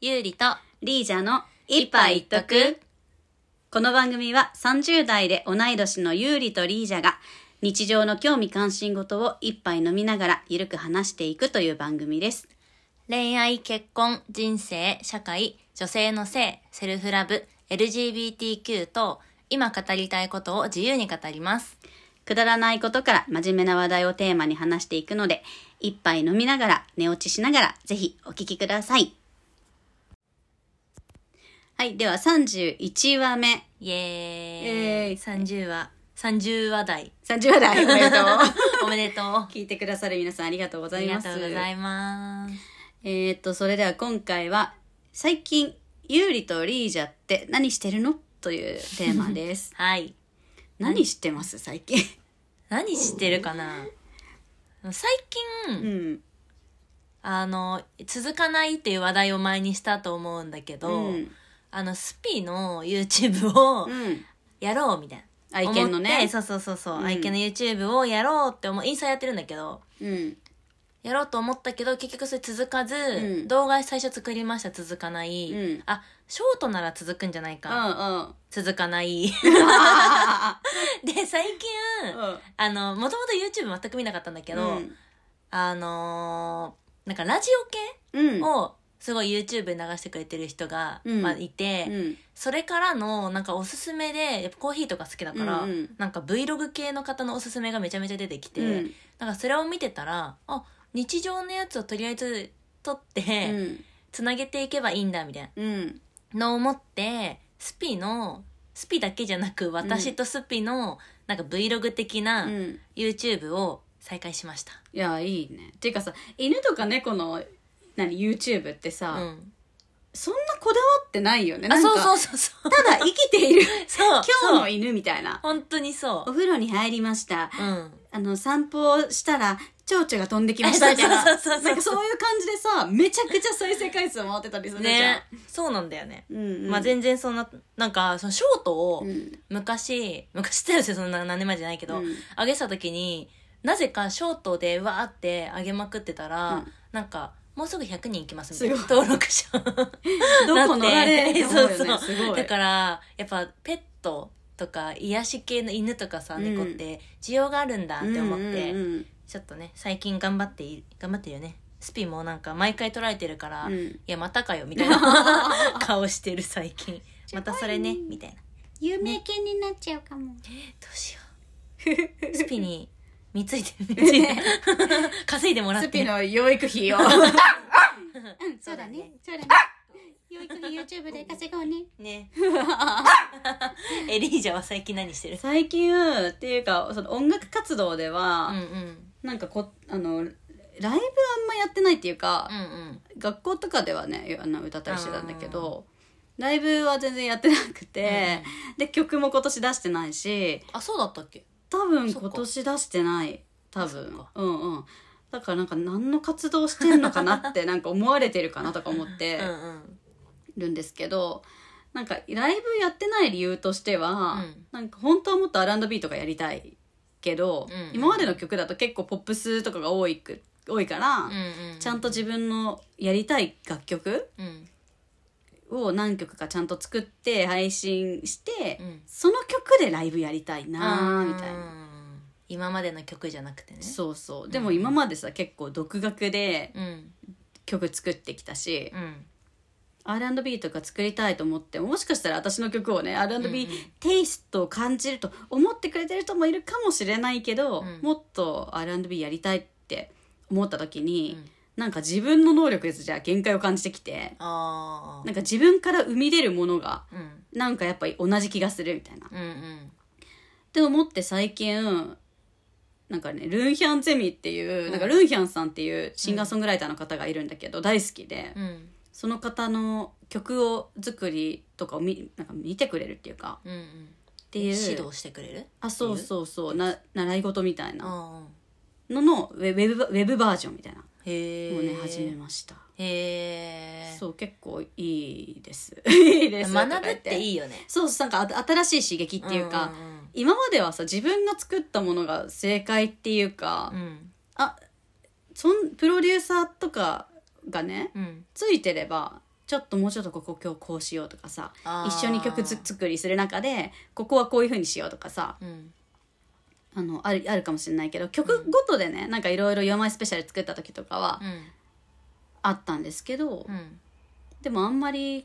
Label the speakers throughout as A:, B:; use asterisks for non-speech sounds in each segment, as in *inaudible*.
A: ゆうりと
B: リージャの一杯一徳。この番組は30代で同い年のユーリとリージャが日常の興味関心事を一杯飲みながらゆるく話していくという番組です。
A: 恋愛、結婚、人生、社会、女性の性、セルフラブ、LGBTQ と今語りたいことを自由に語ります。
B: くだらないことから真面目な話題をテーマに話していくので、一杯飲みながら寝落ちしながらぜひお聞きください。はい、では31話目。
A: イエーイ。
B: イエーイ
A: 30話、30話台。
B: 30話題おめでとう。
A: おめでとう。あ
B: *laughs* 聞いてくださる皆さんありがとうござい
A: りが
B: ます。
A: とうございます。
B: えー、っと、それでは今回は、最近、ユーリとリージャって何してるのというテーマです。
A: はい。
B: 何してます最近。
A: 何してるかな最近、
B: うん。
A: あの、続かないっていう話題を前にしたと思うんだけど、
B: うん。
A: あの、スピの YouTube を
B: うん。
A: やろうみたいな。
B: 愛犬の
A: 思って
B: ね。
A: そうそうそうそう、
B: うん
A: 愛犬の YouTube をやろうって思うインスタやってるんだけど
B: うん。
A: やろうと思ったけど結局それ続かず、
B: うん
A: 動画最初作りました続かない、
B: うん
A: あショートなら続くんじゃない
B: うんう
A: か、
B: ん。
A: 続かない
B: *laughs*
A: *laughs* で最近あのもともと YouTube 全く見なかったんだけ
B: け
A: ど、あのーなんかラジオ系
B: うん。
A: をすごい YouTube で流してくれてる人が、
B: うん
A: まあ、いて、
B: うん。
A: それからのなんかおすすめでやっぱコーヒーとか好きだから、
B: うんうん
A: なんか Vlog 系の方のおすすめがめちゃめちゃ出てきて、
B: うん
A: なんかそれを見てたらあ日常のやつをとりあえず撮って、
B: うん。
A: つなげていけばいいんだみたい
B: うん。
A: なのを思ってスピのスピだけじゃなく私とスピのなんか Vlog 的
B: う。
A: なん YouTube を再開しました。
B: いや、いいね。ていうかさ、犬とか猫の、何、YouTube って
A: う
B: さ、
A: ん、
B: そんなこだわってないよね。。
A: あそうそううそうそう
B: ただ生きている
A: そう
B: *laughs* 今日の
A: そう
B: 犬みたいな。
A: 本当にそ
B: お風呂に入りました。
A: う、うん、
B: あの、散歩をしたら、蝶々が飛んできましたみたいな。
A: そうそうそうそう
B: なんか *laughs* そういう感じでさ、めちゃくちゃ再生回数回ってたりするじゃん。
A: ねそうなんだよね、
B: うん、うん。
A: まあ全然そんななんかそのショートを
B: うん
A: 昔昔ってそんな何年前じゃないけど、
B: うん
A: 上げてた時になぜかショートでわーって上げまくってたら、
B: うん
A: なんかもうすぐ100人いきますみたいな
B: すごい
A: 登録者
B: どこ乗ら
A: な
B: れ
A: って
B: るそ
A: *laughs*
B: う
A: そうそう
B: すごい。
A: だからやっぱペットとか癒し系の犬とかさ
B: うん
A: 猫って需要があるんだって思って、
B: うんうんうん
A: ちょっとね最近頑張ってい頑張ってるよねスピもなんか毎回捉えてるから、
B: うん
A: いやまたかよみたい
B: *laughs*
A: な顔してる最近またそれねみたいな
B: 有名犬になっちゃうか
A: ど
B: も。
A: うしようスピに貢いで貢いで稼いでもらっ
B: ス
A: て
B: ピの養育費を。 *laughs* うん、
A: そうだね。
B: そうだね。養育費 YouTube で稼ごうね。
A: ねエリージャは最近何してる
B: 最近、っていうか、その音楽活動で
A: う
B: は、
A: んうん
B: なんかこ、あの、ライブあんまやってないっていうか
A: う、んうん
B: 学校とかではねあの歌ったりしてたんだけどライブは全然やってなくて、で曲も今年出してないし
A: あそうだったっけ
B: 多分
A: そっか
B: 今年出してない多
A: そっ
B: 分
A: か
B: うんうんだからなんか何の活動してんのかなっ
A: *laughs*
B: てなんか思われてるかなとか思って
A: うんうん
B: るんですけど、なんかライブやってない理由としては、
A: うん
B: なんか本当はもっと R&B とかやりたいけど、
A: うんうん
B: 今までの曲だと結構ポップスとかが多いく多いから、
A: うんうん
B: ちゃんと自分のやりたい楽曲
A: うん
B: を何曲かちゃんと作って配信して、
A: うん
B: その曲でライブやりたいな
A: あ
B: ー
A: ー
B: みたいな。
A: 今までの曲じゃなくてね
B: そうそう。
A: ん
B: でも今までさ、結構独学で
A: うん
B: 曲作ってきたし
A: う、ん
B: R&B とか作りたいと思っても、もしかしたら私の曲をね、R&B
A: うんうん
B: テイストを感じると思ってくれてる人もいるかもしれないけど、
A: うん
B: もっと R&B やりたいって思った時
A: う
B: に、
A: ん
B: なんか自分の能力ですじゃあ限界を感じてきて、
A: あ
B: なんか自分から生み出るものが、
A: あうん
B: なんかやっぱり同じ気がするみたいな。
A: うんうん
B: って思って最近なんかねルンヒャンゼミっていう、
A: うん
B: なんかルンヒャンさんっていうシンガーソングライターの方がいるんだけど、大好きで、
A: うん
B: その方の曲を作りとかを見なんか見てくれるっていうか
A: うんうん
B: っていう
A: 指導してくれる
B: あそうそうそうな習い事みたいな
A: あ
B: ののウェウェブウェブバージョンみたいな
A: あへえ
B: をね始めました
A: へえ
B: そう結構いいです
A: *laughs*
B: いいです
A: 学ぶって
B: い
A: いいよね
B: そうそうなんか新しい刺激っていうか、
A: うん
B: 今まではさ自分が作ったものが正解っていうか、
A: うん
B: あそんプロデューサーとかがね
A: うん
B: ついてればちちょっともうちょっとここ今日こうしようとかさ
A: あー
B: 一緒に曲ず作りする中でここはこういうふうにしようとかさ
A: うん
B: あのあるあるかもしれないけど曲ごとでね、なんかいろいろ「Your My Special」作った時とかは
A: うん
B: あったんですけど、
A: うん
B: でもあんまり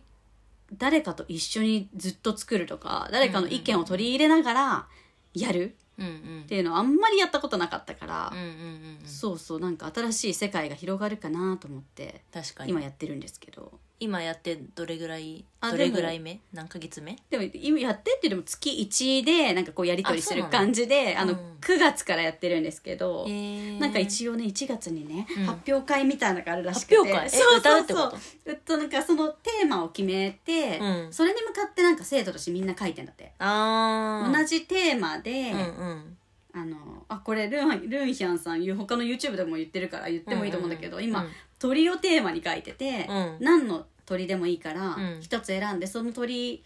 B: 誰かと一緒にずっと作るとか誰かの意見を取り入れながらやる
A: うんうん
B: っていうのはあんまりやったことなかったから、
A: うんうんうん
B: そうそうなんか新しい世界が広がるかなと思って
A: 確かに
B: 今
A: 今
B: やってるんですけど
A: やってどれぐらい
B: あ
A: どれぐらい目何ヶ月目
B: でも今やってっていうよりも月1でなんかこうやり取りする
A: あそうなの
B: 感じであの、
A: うん
B: 9月からやってるんですけど。
A: な
B: な
A: ん
B: か一応ね1月にね、
A: うん
B: 発表会みたいなのがあるらしくて
A: 発表会え
B: そう
A: 歌
B: そうう
A: って
B: そ
A: こ
B: うえっとなんかそのテーマを決めて、
A: うん
B: それに向かってなんか生徒たちみんな書いてんだって、
A: とあ
B: 同
A: じ
B: じテーマで、
A: うんうん
B: あのあこれルンルンヒャンさん言う他の YouTube でも言ってるから言ってもいいと思うんだけど、
A: うんうん
B: 今、
A: うん
B: 鳥をテーマに書いてて、
A: うん
B: 何の鳥でもいいから
A: うん
B: 一、つ選んでその鳥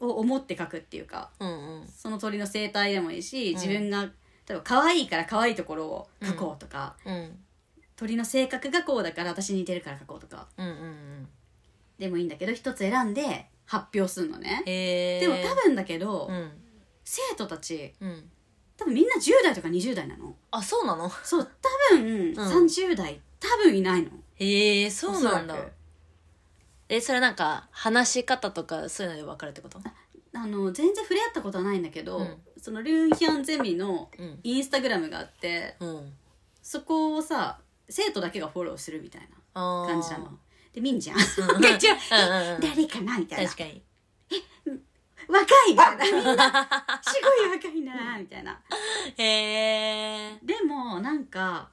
B: を思って書くっていうか
A: うんうん
B: その鳥の生態でもいいし
A: ん
B: 自分が、例えば可愛いから可愛いところを書こうとか、
A: うん
B: 鳥の性格がこうだから私に似てるから書こうとか
A: うんうん
B: でもいいんだけど一つ選んで発表するのね。
A: え
B: でも多分だけど、
A: うん
B: 生徒たち
A: うん
B: 多分みんな10代とか20代なの
A: あそうなの
B: そう多分、30代多分いないの
A: へえそうなんだ
B: おそらく
A: えそれなんか話し方とかそういうので分かるってこと
B: あの全然触れ合ったことはないんだけど、
A: うん
B: そのルンヒャンゼミの
A: うん
B: インスタグラムがあって
A: うん
B: そこをさ生徒だけがフォローするみたい
A: あ
B: な
A: ー
B: 感じなの *laughs* でみんじゃんなんか一応
A: うんうんうん
B: 誰かなみたいな
A: 確か
B: *laughs*
A: に
B: 若いみたいなみんなすごい若いなみたいな
A: へえ
B: でもなんか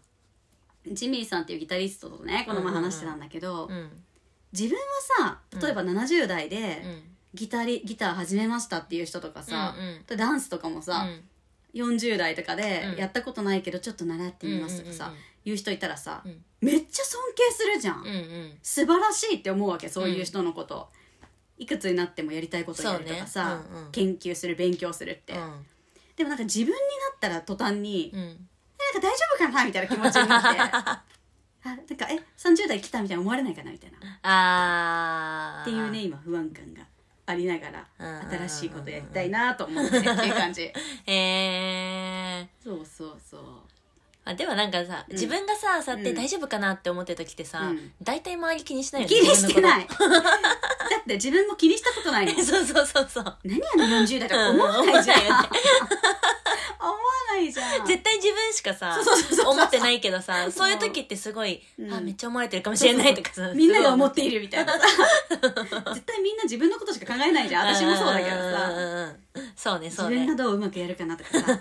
B: ジミーさんっていうギタリストとねこの前話してたんだけど、
A: うん
B: 自分はさ例えば70代で、
A: うん
B: ギタリギター始めましたっていう人とかさ、
A: うんうん
B: とダンスとかも
A: う
B: さ、
A: ん
B: 40代とかで
A: うん
B: やったことないけどちょっと習ってみますとかさ、
A: うんうんうん
B: 言う人いたらさ、
A: うん
B: めっちゃ尊敬するじゃん、
A: うんうん
B: 素晴らしいって思うわけそういう人のこと、いくつになってもやりたいことやるとかさ、
A: そうねうんうん
B: 研究する勉強するって、
A: うん
B: でもなんか自分になったら途端に、
A: うん
B: えなんか大丈夫かなみたいな気持ちになって
A: *laughs*
B: あなんかえ30代来たみたいな思われないかなみたいな
A: あー
B: っていうね今不安感がありながら
A: うんうんうんうん
B: 新しいことやりたいなと思ってっていう
A: *laughs*
B: 感じ
A: えー
B: そうそうそう
A: あでもなんかさ、
B: うん
A: 自分がささって
B: うん
A: 大丈夫かなって思ってる時ってさ、
B: うん
A: 大体周り気にしないよね
B: 気にしてない
A: 自
B: *laughs* だって自分も気にしたことないもん
A: 分のこと *laughs* そうそうそうそう
B: 何あの40代と *laughs* か思わないじゃん、
A: うん思わないよ
B: *laughs* 思わないじゃん
A: 絶対自分しかさ
B: そうそうそうそう
A: 思ってないけどさ
B: そ
A: そうういう時ってすごい、
B: うん
A: あめっちゃ思われてるかもしれないとかさ
B: みんなが思
A: っ
B: っているみたいなさ絶対みんな自分のことしか考えないじゃん私もそうだけどさ
A: そうねそう
B: 自分が
A: ね
B: どううまくやるかなとかさ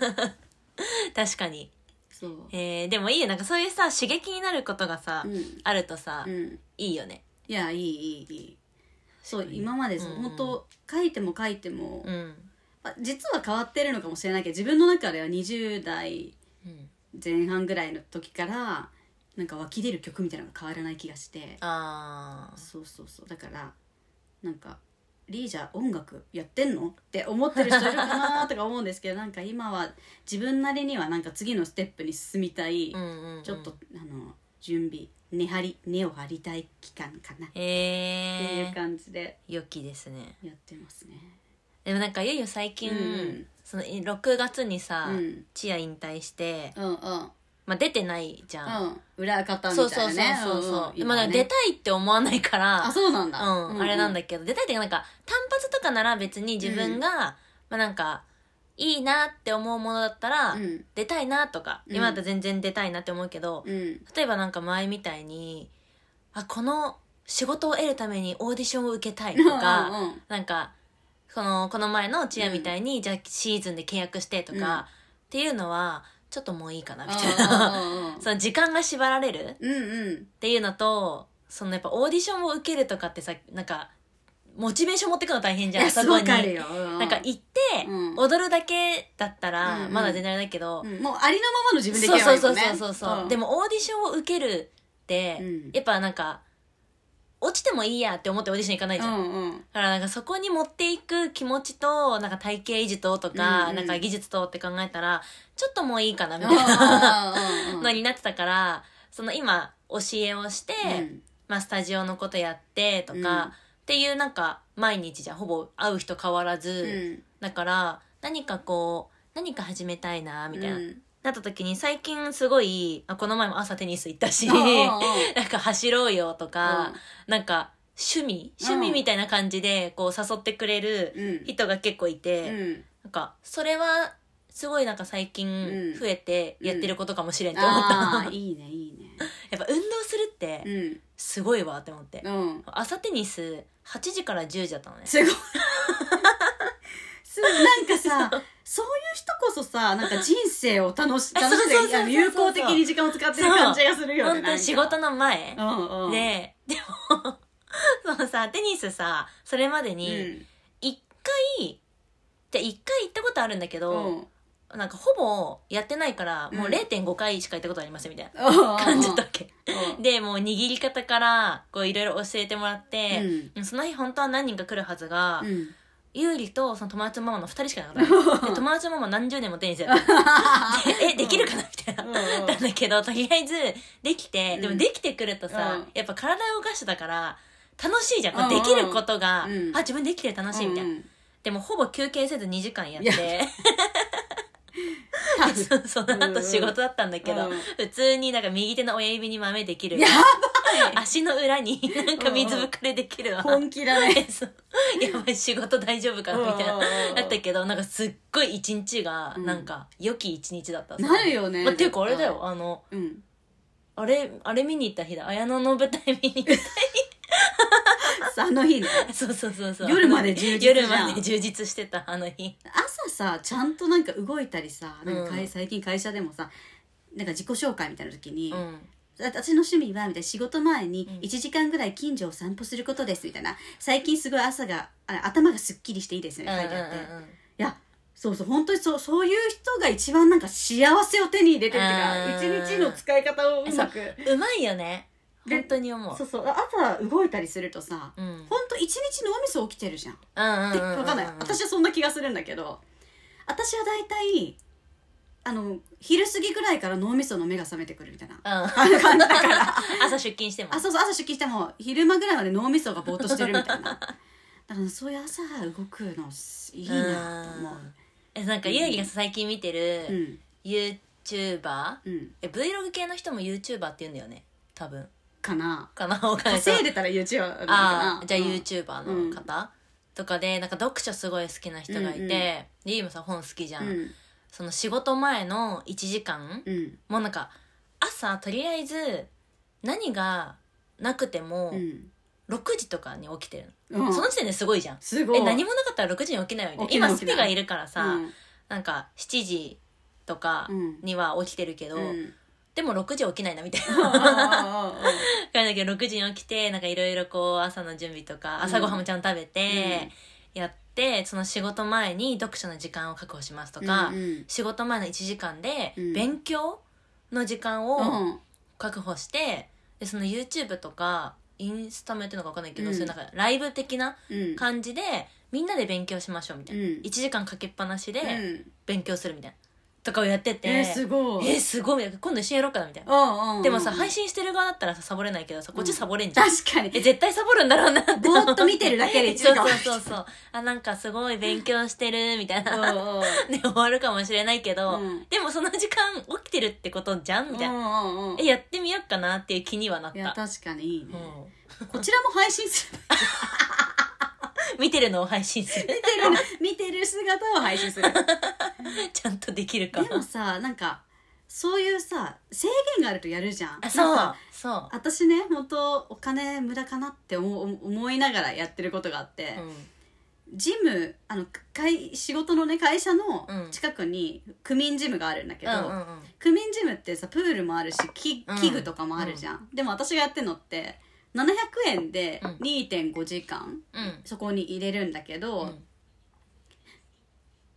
B: *laughs*
A: 確かに、
B: そう
A: えー、でもいいよなんかそういうさ刺激になることがさ、
B: うん
A: あるとさ、
B: うん
A: いいよね
B: いやいいいいいいそう
A: に
B: 今までそう、
A: うんうん
B: 本当書いても書いても、
A: うん
B: まあ実は変わってるのかもしれないけど自分の中では20代
A: うん
B: 前半ぐらいの時からなんか湧き出る曲みたいなのが変わらない気がして
A: あー
B: そうそうそうだからなんか「リージャー音楽やってんの?」って思ってる人いるかなとか思うんです
A: *laughs*
B: けどなんか今は自分なりにはなんか次のステップに進みたい、
A: うんうんうん
B: ちょっとあの準備根張り根を張りたい期間かなっ
A: え
B: て
A: ー
B: いう感じで
A: 良きですね
B: やってますね。
A: でもなんかいよいよ最近、
B: うん
A: その6月にさ、
B: うん
A: チア引退して、
B: うんうん
A: まあ、出てないじゃん、
B: うん、裏方み
A: そう
B: た
A: そう
B: い
A: そう
B: なね
A: そうそう、
B: んん
A: まあ、
B: 今ね
A: 出たいって思わないから
B: あそうなんだ、
A: うんあれなん
B: だ
A: だけど出たいっていうかなんか単発とかなら別に自分が、まあなんかいいなって思うものだったら、
B: うん
A: 出たいなとか
B: うん
A: 今だったら全然出たいなって思うけど、
B: うん
A: 例えばなんか前みたいにあこの仕事を得るためにオーディションを受けたいとか、
B: うんうん
A: なんかこのこの前のチアみたいに、じゃあシーズンで契約してとか、
B: うん
A: っていうのはちょっともういいかなみたいな
B: あ
A: *laughs* その時間が縛られる
B: ーうんうん
A: っていうのとそのやっぱオーディションを受けるとかってさなんかモチベーション持ってくの大変
B: い
A: じゃん
B: や
A: そ
B: す
A: こ
B: ご
A: に
B: くあるよう
A: なんか行って、
B: うん
A: 踊るだけだった
B: うん
A: ら
B: うん
A: まだ全然あれだけど、
B: うんもうありのままの自分でい
A: そう
B: け
A: そ
B: ばいういも
A: そ
B: ん
A: う
B: ね
A: そうそうそう、
B: ん
A: でもオーディションを受けるって、
B: うん
A: やっぱなんか落ちてもいいやって思ってオーディション行かないじゃん、
B: うんうん
A: だからなんかそこに持っていく気持ちとなんか体型維持ととか,、
B: うんうん
A: なんか技術とって考えたらちょっともういいかなみ
B: うん
A: たいな *laughs*
B: うんうんうん
A: のになってたからその今教えをして、
B: うん
A: まあ、スタジオのことやってとか、
B: うん
A: っていうなんか毎日じゃほぼ会う人変わらず、
B: うん
A: だから何かこう何か始めたいなみ *laughs* たいな、
B: うん
A: なった時に最近すごいあこの前も朝テニス行ったし
B: おうおう
A: *laughs* な
B: おうん
A: か走ろうよとか、なんか趣味
B: うん
A: 趣味みたいな感じでこう誘ってくれる
B: うん
A: 人が結構いて、
B: うん
A: なんかそれはすごいなんか最
B: う
A: 近
B: ん
A: 増えてやってることかもしれんって思 *laughs* った、
B: ああいいねいいね
A: やっぱ運動するって
B: うん
A: すごいわって思って、
B: うん
A: 朝テニス8時から10時だったのね
B: すごいすごいなんかさそういう人こそさなんか人生を楽し楽しんで
A: そうそうそうそう
B: あの有効的に時間を使ってる感じがするよね
A: 本当に仕事の前
B: の
A: ででも *laughs* そのさテニスさそれまで
B: う
A: に
B: ん
A: 1回で1回行ったことあるんだけ
B: うん
A: ど、なんかほぼやってないからもううん0.5回しか行ったことありませんみたいな
B: うん
A: 感じたわけ
B: うん
A: でもう握り方からこういろいろ教えてもらって、その日本当は何人か来るはずが、
B: うんうん
A: ゆうりとその友達のママの2人しかいなかったので友達のママ何十年もテニスやってる
B: *laughs*
A: でえできるかなみたいな
B: うん
A: なんだけどとりあえずできて、で
B: う
A: も
B: ん
A: できてくるとさ、
B: うん
A: やっぱ体を動かしてたから楽しいじゃん、
B: うんうん
A: できることが、
B: うん
A: あ自分できてる楽しいみたいな、
B: うん
A: でもほぼ休憩せず2時間やって
B: いタフ
A: そう *laughs* その後仕事だったんだけど、
B: うん
A: 普通になんか右手の親指に豆できる
B: や
A: 足の裏になんか水ぶくれできるわ、
B: ばい本気だ
A: *laughs*
B: ね
A: そうやばい仕事大丈夫かなみたいなだったけどなんかすっごい一日が
B: うん
A: なんか良き一日だった、
B: なるよね
A: まあっていうかあれだ
B: 絶
A: よあの
B: うん
A: あれあれ見に行った日だ綾乃の舞台見
B: *laughs*
A: に行っ
B: あの日ね
A: たそうそうそうそう
B: 夜まで充実じゃん
A: 夜まで充実してたあの日
B: 朝さちゃんとなんか動いたりさなんか
A: う
B: 会
A: ん
B: 最近会社でもさなんか自己紹介みたいな時に、
A: うん
B: 私の趣味はみたいな仕事前に
A: うん
B: 1時間ぐらい近所を散歩することですみたいな最近すごい朝があ頭がすっきりしていいですね書いてあって、いやそうそう本当にそうそういう人が一番なんか幸せを手に入れてるっていう
A: うん
B: か一日の使い方をうまく
A: うんうんうまいよね
B: で
A: 本当に思う
B: そうそう朝動いたりするとさ
A: うんうんうん
B: 本当一日脳みそ起きてるじゃん
A: うんうん
B: わかんない私はそんな気がするんだけど私は大体あの昼過ぎぐらいから脳みその目が覚めてくるみたいな
A: うん
B: あの感じだから
A: 朝出勤しても
B: あそうそう朝出勤しても昼間ぐらいまで脳みそがぼーっとしてるみたい
A: *laughs*
B: なだからそういう朝動くのいいなと思う
A: えなんかゆうりが最近見て
B: う
A: る
B: ん
A: YouTuber
B: うん
A: え Vlog 系の人も YouTuber って言うんだよね多分
B: かな
A: かなわかんない
B: 稼いでたら YouTube なのか
A: あ
B: な
A: あじゃあ
B: うん
A: YouTuber の方、とかでなんか読書すごい好きな人がいて、
B: うんうん
A: でゆうもさん本好きじゃ、
B: うんん
A: その仕事前の1時間、
B: うん
A: もうなんか朝とりあえず何がなくても
B: うん
A: 6時とかに起きてる
B: う
A: の、
B: ん
A: その時点ですごいじゃん
B: すごい
A: え何もなかったら6時に起きないよみたい
B: 起き
A: な
B: ない
A: 今ス
B: 起きない
A: ペがいるからさ、
B: うん
A: なんか7時とか
B: うん
A: には起きてるけど、
B: うん *laughs*
A: でも6時起きないなみたいな
B: ああああああ
A: なんだけど6時に起きてなんかいろいろこう朝の準備とか朝ごはんもちゃんと食べてやって、その仕事前に読書の時間を確保しますとか、
B: うんうん
A: 仕事前の1時間で
B: うん
A: 勉強の時間
B: う
A: を
B: ん
A: 確保して、でその YouTube とかインスタもやってるのか分かんないけど、
B: うん
A: そういうなんかライブ的な
B: うん
A: 感じでみんなで勉強しましょうみたいな、
B: うん
A: 1時間かけっぱなし
B: う
A: で
B: ん
A: 勉強するみたいなとかをやってて、
B: えーすごい
A: えーすごいみたいな今度一緒にやろうかなみたいな。
B: うんうん
A: でもさ、
B: うん
A: 配信してる側だったらさ、サボれないけどさ、こっちサボれんじゃん。
B: 確かに
A: え、絶対サボるんだろうなって思う。
B: ぼーっと見てるだけで
A: そうそうそうそう。あ、なんかすごい勉強してる、みたいな。
B: う
A: で、終わるかもしれないけど、
B: うん
A: でもその時間起きてるってことじゃんみたいな。
B: んうんうん
A: え、やってみようかなっていう気にはなっ
B: いや
A: た。
B: 確かにいいね
A: うん
B: こちらも配信する
A: 見てるのを配信する。 *laughs*
B: 見てる見てる姿を配信する *laughs*
A: ちゃんとできるか
B: で。もさなんかそういうさ制限があるとやるじゃん
A: あ、そ
B: なん
A: う
B: か。
A: そ
B: 私ね本当お金無駄かなって思う思いながらやってることがあって
A: う。う、ん。
B: ジムあの会仕事のね会社の
A: うん
B: 近くに区民ジムがあるんだけ
A: う
B: ど、
A: んうんうん。
B: 区民ジムってさプールもあるしき
A: うん
B: 器具とかもあるじゃん、でも私がやってんのって700円で
A: うん
B: 2.5時間、
A: うん
B: そこに入れるんだけど、
A: うん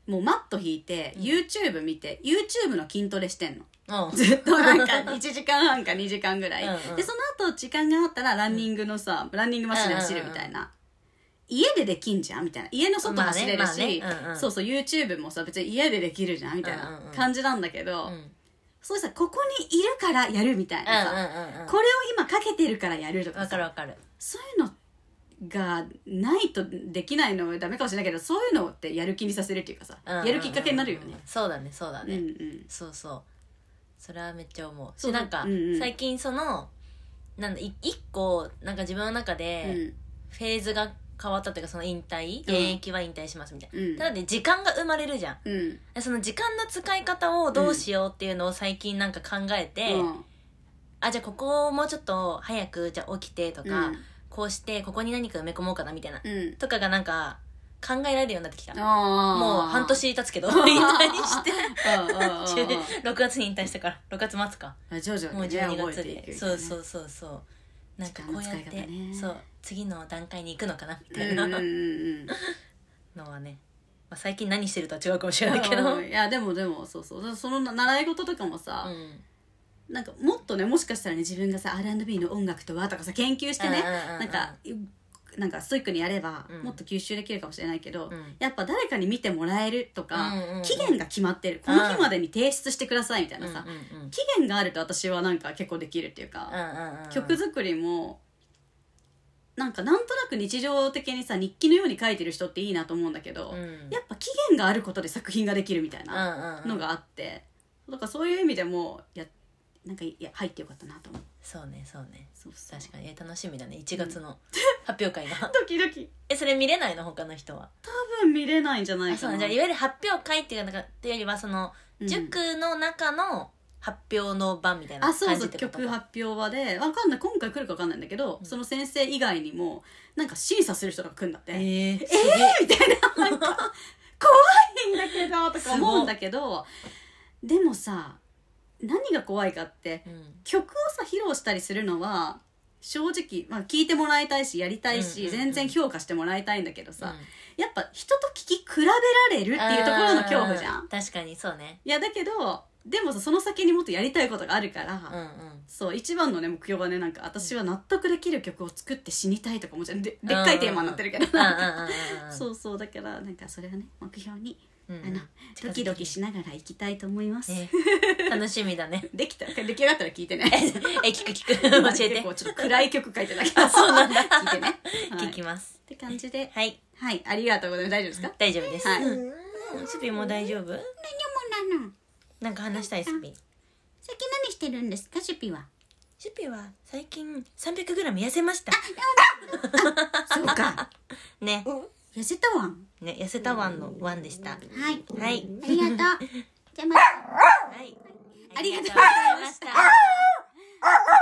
B: もうマット引いて、
A: うん
B: YouTube 見て YouTube の筋トレしてん
A: *laughs*
B: の
A: うん。
B: ずっとなんか1時間半か2時間ぐらい、
A: うんうん
B: でその後時間があったらランニングのさ、ランニングマシンで走るみたいな、家でできんじゃんみたいな家の外
A: まあね
B: 走れるし、
A: まあねうんうん
B: そうそう YouTube もさ別に家でできるじゃんみたい
A: うん
B: な
A: うんうん
B: 感じなんだけど、
A: うん
B: そうしたらここにいるからやるみたいなさ、
A: うんうんうん
B: これを今かけてるからやるとか
A: わか
B: さ
A: るわかる
B: そういうのがないとできないのはダメかもしれないけどそういうのってやる気にさせるっていうかさ、
A: うんうんうん
B: やるきっかけになるよね。
A: そうだねそうだ
B: うん
A: ね、
B: うん
A: そうそうそれはめっちゃ思う
B: そう
A: しなんか、
B: うんうん
A: 最近そのなんだい一個なんか自分の中
B: う
A: で
B: ん
A: フェーズが変わったというかその引退現役は引退しますみたいな、
B: うん
A: ただね時間が生まれるじゃん
B: うん
A: でその時間の使い方をどうしようっていうのを最近なんか考えて、
B: うん
A: あじゃあここをもうちょっと早くじゃあ起きてとか、
B: うん
A: こうしてここに何か埋め込もうかなみたいな、
B: うん
A: とかがなんか考えられるようになってきた
B: あー
A: もう半年経つ
B: *laughs*
A: けど引退して
B: うんうんうんう
A: *laughs*
B: ん
A: 6月に引退してから6月末か
B: あ徐々
A: もう
B: にね
A: 12
B: 覚え
A: 月
B: ていく
A: でそうそううそうそうなんか
B: 時間
A: こ
B: の
A: うや
B: 使
A: っ
B: い方ね
A: てそう次の段階に行くのかなみ
B: う
A: たい
B: んうんう
A: なんのはね、まあ、最近何してるとは違うかもしれないけど
B: うんいやでもでもそうそうその習い事とかもさ、
A: うん
B: なんかもっとねもしかしたらね自分がさ R&B の音楽とはとかさ研究してね、
A: うんうんうんうん
B: なんかなんかストイックにやれば、
A: うん
B: もっと吸収できるかもしれないけど、
A: うん
B: やっぱ誰かに見てもらえるとか、
A: うんうんうん
B: 期限が決まってるこの日までに提出してくださいみたいなさ、
A: うんうんうん
B: 期限があると私はなんか結構できるっていうか、
A: うんうんうん
B: 曲作りもなんかなんとなく日常的にさ日記のように書いてる人っていいなと思うんだけど、
A: うん
B: やっぱ期限があることで作品ができるみたい
A: うん
B: な
A: うんう
B: の
A: ん
B: があって、だからそういう意味でもやなんかいや入ってよかったなと思う
A: そうねそうね
B: そうそう
A: 確かにえ楽しみだね1月の発表会が
B: ドキドキ
A: えそれ見れないの他の人は
B: 多分見れないんじゃない
A: あ
B: か
A: そう
B: な
A: ねじゃあいわゆる発表会っていうのがっていうよりはその
B: うん
A: 塾の中の発表の場みたいな
B: あそう
A: 感
B: そ
A: じっ
B: う
A: てことか
B: 曲発表場でわかんない今回来るかわかんないんだけど、その先生以外にもなんか審査する人が来るんだって、
A: えー、
B: えみたいななんか怖いんだけどとか思うんだけどでもさ何が怖いかって
A: うん
B: 曲をさ披露したりするのは正直、まあ、聞いてもらいたいしやりたいし、
A: うんうんうん
B: 全然評価してもらいたいんだけどさ、
A: うん
B: やっぱ人と聴き比べられるっていうところの恐怖じゃ
A: あー
B: ん。
A: 確かにそうね
B: いやだけどでもさその先にもっとやりたいことがあるから、
A: うんうん
B: そう一番のね目標はねなんか私は納得できる曲を作って死にたいとかもじゃんででっかいテーマになってるけど、
A: うんうんうんうん
B: *laughs* そうそうだからなんかそれはね目標に
A: うん
B: あのドキドキしながら行きたいと思います、
A: ね楽しみだ
B: *laughs*
A: ね
B: できた出来上がったら聞い
A: *laughs*
B: てね
A: え聞く聞く教え
B: 結
A: て
B: 構ちょっと暗い曲書いてたけどそうなんだ *laughs* 聞いてね、はい、
A: 聞きます
B: って感じで
A: はい
B: はいありがとうございます大丈夫ですか
A: 大丈夫です
B: はい
A: うんスピも大丈夫
B: 何もなの
A: なんか話したいスピ
B: 最近何してるんですかシュピ *laughs* は
A: スピは最近 300g 痩せました
B: そうか
A: ね
B: 痩せたわん
A: ね痩せたワンのワンでしたは
B: はい
A: はい
B: ありがとうじゃあまた
A: い *laughs*
B: ありがとうございました